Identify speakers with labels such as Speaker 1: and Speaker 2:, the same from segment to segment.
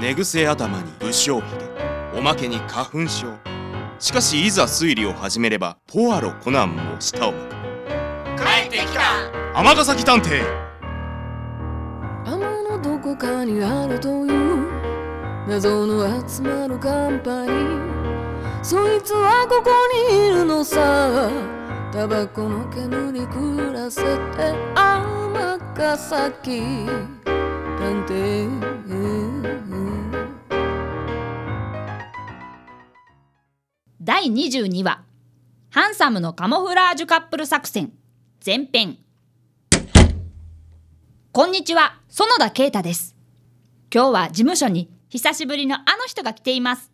Speaker 1: 寝癖頭に不祥髭おまけに花粉症しかしいざ推理を始めればポアロコナンも舌を巻く
Speaker 2: 帰ってきた
Speaker 1: 尼崎探偵
Speaker 3: 雨のどこかにあるという謎の集まるカンパニーそいつはここにいるのさタバコの煙に暮らせて天ヶ崎探偵
Speaker 4: 第22話「ハンサムのカモフラージュカップル作戦」前編こんにちは園田啓太です今日は事務所に久しぶりのあの人が来ています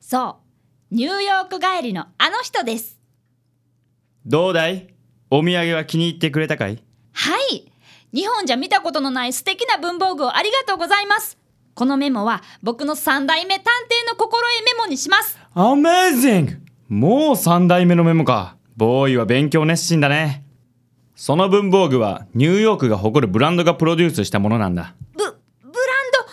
Speaker 4: そうニューヨーク帰りのあの人です
Speaker 5: どうだいお土産は気に入ってくれたかい
Speaker 4: はい日本じゃ見たことのない素敵な文房具をありがとうございますこのメモは僕の3代目探偵の心得メモにします
Speaker 5: アメージングもう3代目のメモか。ボーイは勉強熱心だね。その文房具はニューヨークが誇るブランドがプロデュースしたものなんだ。
Speaker 4: ブブランド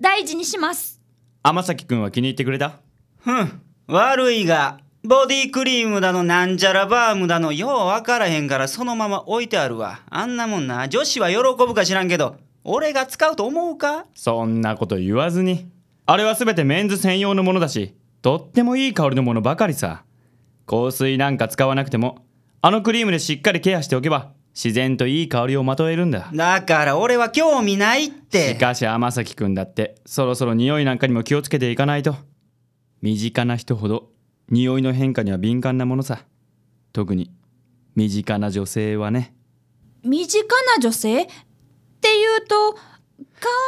Speaker 4: 大事にします
Speaker 5: 天崎くんは気に入ってくれた
Speaker 6: ふん悪いがボディクリームだのなんじゃらバームだのようわからへんからそのまま置いてあるわあんなもんな女子は喜ぶか知らんけど俺が使うと思うか
Speaker 5: そんなこと言わずに。あれはすべてメンズ専用のものだし、とってもいい香りのものばかりさ。香水なんか使わなくても、あのクリームでしっかりケアしておけば、自然といい香りをまとえるんだ。
Speaker 6: だから俺は興味ないって
Speaker 5: しかし天崎くんだってそろそろ匂いなんかにも気をつけていかないと身近な人ほど匂いの変化には敏感なものさ特に身近な女性はね
Speaker 4: 身近な女性っていうと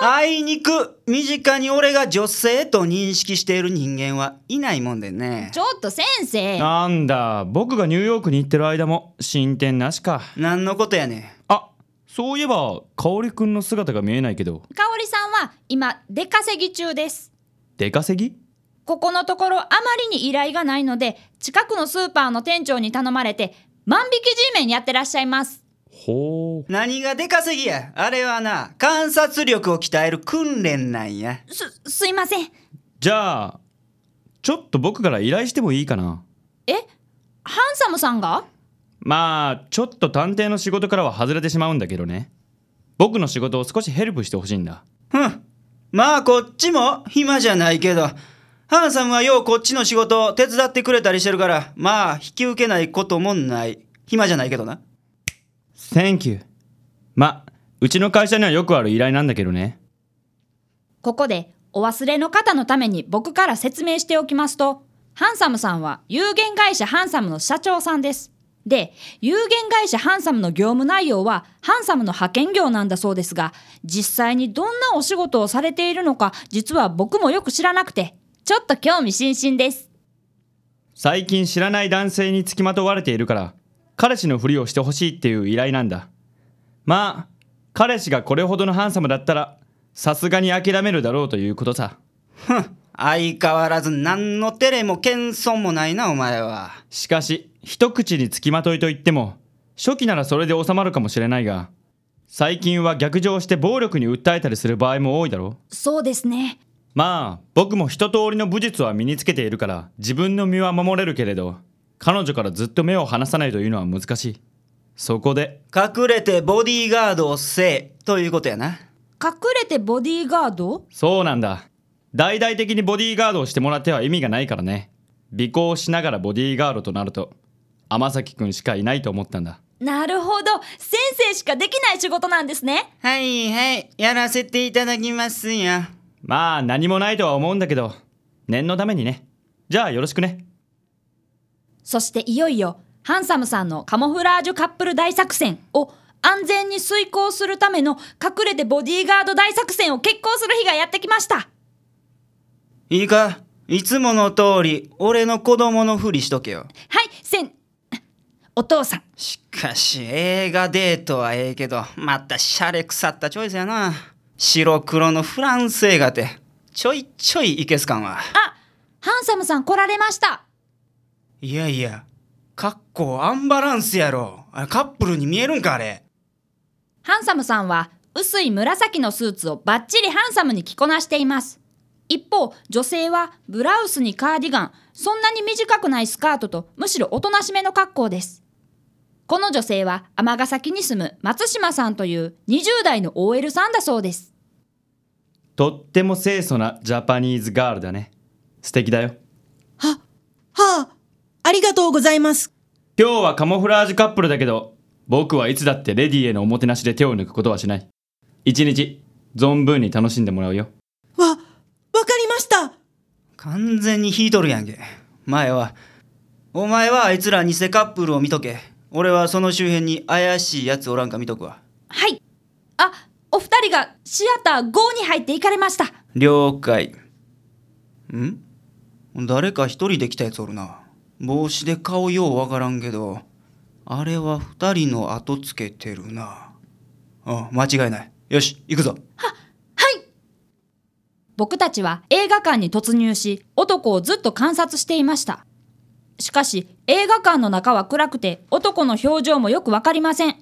Speaker 6: あいにく身近に俺が女性と認識している人間はいないもんでね
Speaker 4: ちょっと先生
Speaker 5: なんだ僕がニューヨークに行ってる間も進展なしか
Speaker 6: 何のことやねん
Speaker 5: あそういえば香織くんの姿が見えないけど
Speaker 4: 香織さんは今出稼ぎ中です
Speaker 5: 出稼ぎ
Speaker 4: ここのところあまりに依頼がないので近くのスーパーの店長に頼まれて万引き G メンやってらっしゃいます
Speaker 5: ほう
Speaker 6: 何が出稼ぎやあれはな観察力を鍛える訓練なんや
Speaker 4: すすいません
Speaker 5: じゃあちょっと僕から依頼してもいいかな
Speaker 4: えハンサムさんが
Speaker 5: まあちょっと探偵の仕事からは外れてしまうんだけどね僕の仕事を少しヘルプしてほしいんだ
Speaker 6: ふんまあこっちも暇じゃないけどハンサムはようこっちの仕事を手伝ってくれたりしてるからまあ引き受けないこともない暇じゃないけどな
Speaker 5: Thank you まあうちの会社にはよくある依頼なんだけどね
Speaker 4: ここでお忘れの方のために僕から説明しておきますと、ハンサムさんは有限会社ハンサムの社長さんです。で、有限会社ハンサムの業務内容はハンサムの派遣業なんだそうですが、実際にどんなお仕事をされているのか、実は僕もよく知らなくて、ちょっと興味津々です。
Speaker 5: 最近知らない男性につきまとわれているから彼氏のふりをしてほしいっていう依頼なんだまあ彼氏がこれほどのハンサムだったらさすがに諦めるだろうということさ
Speaker 6: 相変わらず何の照れも謙遜もないなお前は
Speaker 5: しかし一口につきまといといっても初期ならそれで収まるかもしれないが最近は逆上して暴力に訴えたりする場合も多いだろう
Speaker 4: そうですね。
Speaker 5: まあ僕も一通りの武術は身につけているから自分の身は守れるけれど彼女からずっと目を離さないというのは難しいそこで
Speaker 6: 隠れてボディーガードをせえということやな
Speaker 4: 隠れてボディーガード
Speaker 5: そうなんだ大々的にボディーガードをしてもらっては意味がないからね尾行しながらボディーガードとなると天崎くんしかいないと思ったんだ
Speaker 4: なるほど。先生しかできない仕事なんですね。
Speaker 6: はいはいやらせていただきますよ
Speaker 5: まあ何もないとは思うんだけど念のためにねじゃあよろしくね
Speaker 4: そしていよいよ、ハンサムさんのカモフラージュカップル大作戦を安全に遂行するための隠れてボディーガード大作戦を決行する日がやってきました。
Speaker 6: いいかいつもの通り俺の子供のふりしとけよ
Speaker 4: はい、せん、お父さん、
Speaker 6: しかし映画デートはええけどまたシャレ腐ったチョイスやな白黒のフランス映画ってちょいちょいいけすかんわ
Speaker 4: ハンサムさん来られました。
Speaker 6: いやいやかっこアンバランスやろあれカップルに見えるんかあれ
Speaker 4: ハンサムさんは薄い紫のスーツをバッチリハンサムに着こなしています一方女性はブラウスにカーディガンそんなに短くないスカートとむしろおとなしめの格好ですこの女性は尼崎に住む松島さんという20代の OL さんだそうです
Speaker 5: とっても清楚なジャパニーズガールだね素敵だよ
Speaker 7: はあ、ありがとうございます。
Speaker 5: 今日はカモフラージュカップルだけど僕はいつだってレディーへのおもてなしで手を抜くことはしない一日存分に楽しんでもらうよ
Speaker 7: わ、わかりました。
Speaker 6: 完全に引いとるやんけ前はお前はあいつら偽カップルを見とけ俺はその周辺に怪しいやつおらんか見とくわ
Speaker 4: はいあお二人がシアター5に入っていかれました
Speaker 6: 了解ん誰か一人で来たやつおるな帽子で顔ようわからんけどあれは二人の後つけてるなあ間違いないよし行くぞ
Speaker 4: 僕たちは映画館に突入し男をずっと観察していましたしかし映画館の中は暗くて男の表情もよくわかりません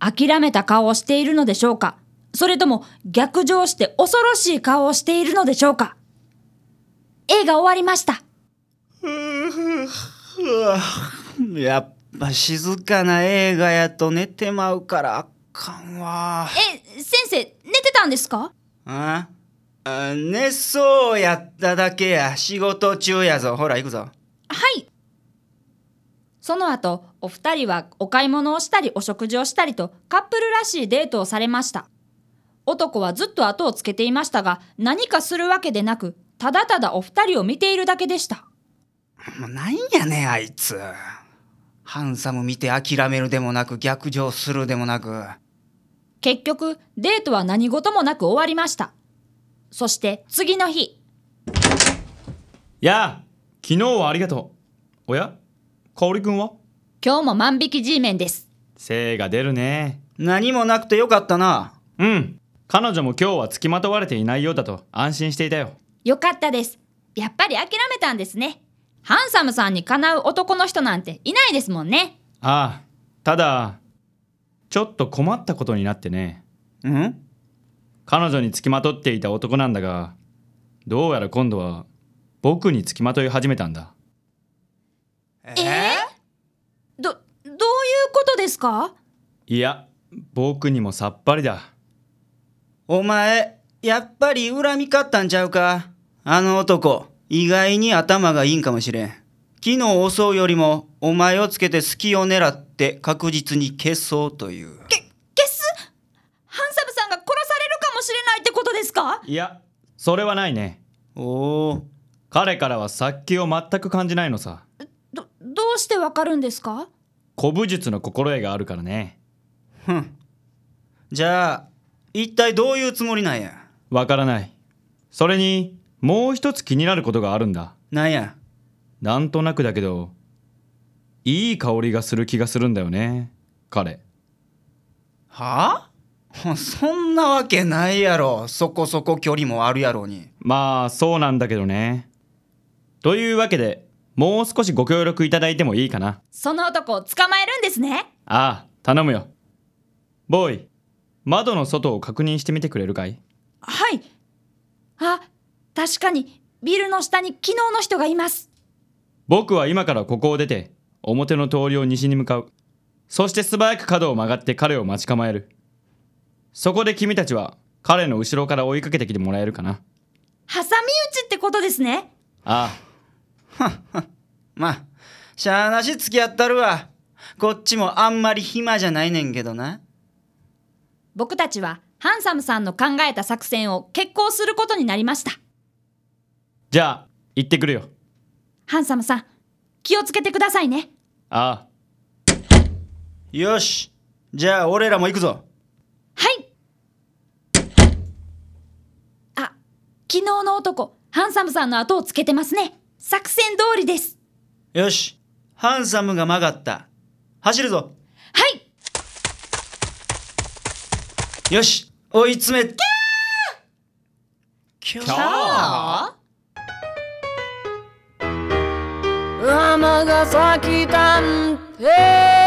Speaker 4: 諦めた顔をしているのでしょうかそれとも逆上して恐ろしい顔をしているのでしょうか映画終わりました
Speaker 6: やっぱ静かな映画やと寝てまうからあかんわ
Speaker 4: え先生寝てたんですか
Speaker 6: ああ寝そうやっただけや仕事中やぞほら行くぞ
Speaker 4: はいその後お二人はお買い物をしたりお食事をしたりとカップルらしいデートをされました男はずっと後をつけていましたが何かするわけでなくただただお二人を見ているだけでした
Speaker 6: もうなんやねんあいつハンサム見て諦めるでもなく逆上するでもなく
Speaker 4: 結局デートは何事もなく終わりましたそして次の日
Speaker 5: やあ昨日はありがとうおや香織くんは
Speaker 4: 今日も万引き G メンです
Speaker 5: 精が出るね
Speaker 6: 何もなくてよかったな
Speaker 5: うん彼女も今日は付きまとわれていないようだと安心していたよ
Speaker 4: よかったですやっぱり諦めたんですねハンサムさんにかなう男の人なんていないですもんね
Speaker 5: ああただちょっと困ったことになってね
Speaker 6: うん
Speaker 5: 彼女に付きまとっていた男なんだがどうやら今度は僕に付きまとい始めたんだ
Speaker 6: え
Speaker 4: ど、どういうことですか
Speaker 5: いや僕にもさっぱりだ
Speaker 6: お前やっぱり恨みかったんちゃうかあの男意外に頭がいいんかもしれん昨日襲うよりもお前をつけて隙を狙って確実に消そうという
Speaker 4: 消すハンサムさんが殺されるかもしれないってことですか
Speaker 5: いやそれはないね
Speaker 6: おお
Speaker 5: 彼からは殺気を全く感じないのさ
Speaker 4: ど、どうしてわかるんですか
Speaker 5: 古武術の心得があるからね
Speaker 6: ふんじゃあ一体どういうつもりなんや
Speaker 5: わからないそれにもう一つ気になることがあるんだ
Speaker 6: なんや
Speaker 5: なんとなくだけどいい香りがする気がするんだよね彼
Speaker 6: は あそんなわけないやろそこそこ距離もあるやろうに
Speaker 5: まあそうなんだけどねというわけでもう少しご協力いただいてもいいかな
Speaker 4: その男を捕まえるんですね
Speaker 5: ああ頼むよボーイ窓の外を確認してみてくれるかい
Speaker 4: はい。あ、確かに、ビルの下に昨日の人がいます。
Speaker 5: 僕は今からここを出て表の通りを西に向かうそして素早く角を曲がって彼を待ち構えるそこで君たちは彼の後ろから追いかけてきてもらえるかな
Speaker 4: 挟み撃ちってことですね。
Speaker 5: あ
Speaker 6: まあしゃあなし付き合ったるわこっちもあんまり暇じゃないねんけどな
Speaker 4: 僕たちは、ハンサムさんの考えた作戦を決行することになりました。
Speaker 5: じゃあ行ってくるよ
Speaker 4: ハンサムさん、気をつけてくださいね。
Speaker 5: ああ
Speaker 6: よしじゃあ俺らも行くぞ
Speaker 4: はいあ昨日の男ハンサムさんの後をつけてますね作戦通りです
Speaker 6: よしハンサムが曲がった走るぞ
Speaker 4: はい
Speaker 6: よし追い詰めキャー
Speaker 4: あ
Speaker 3: 尼崎探偵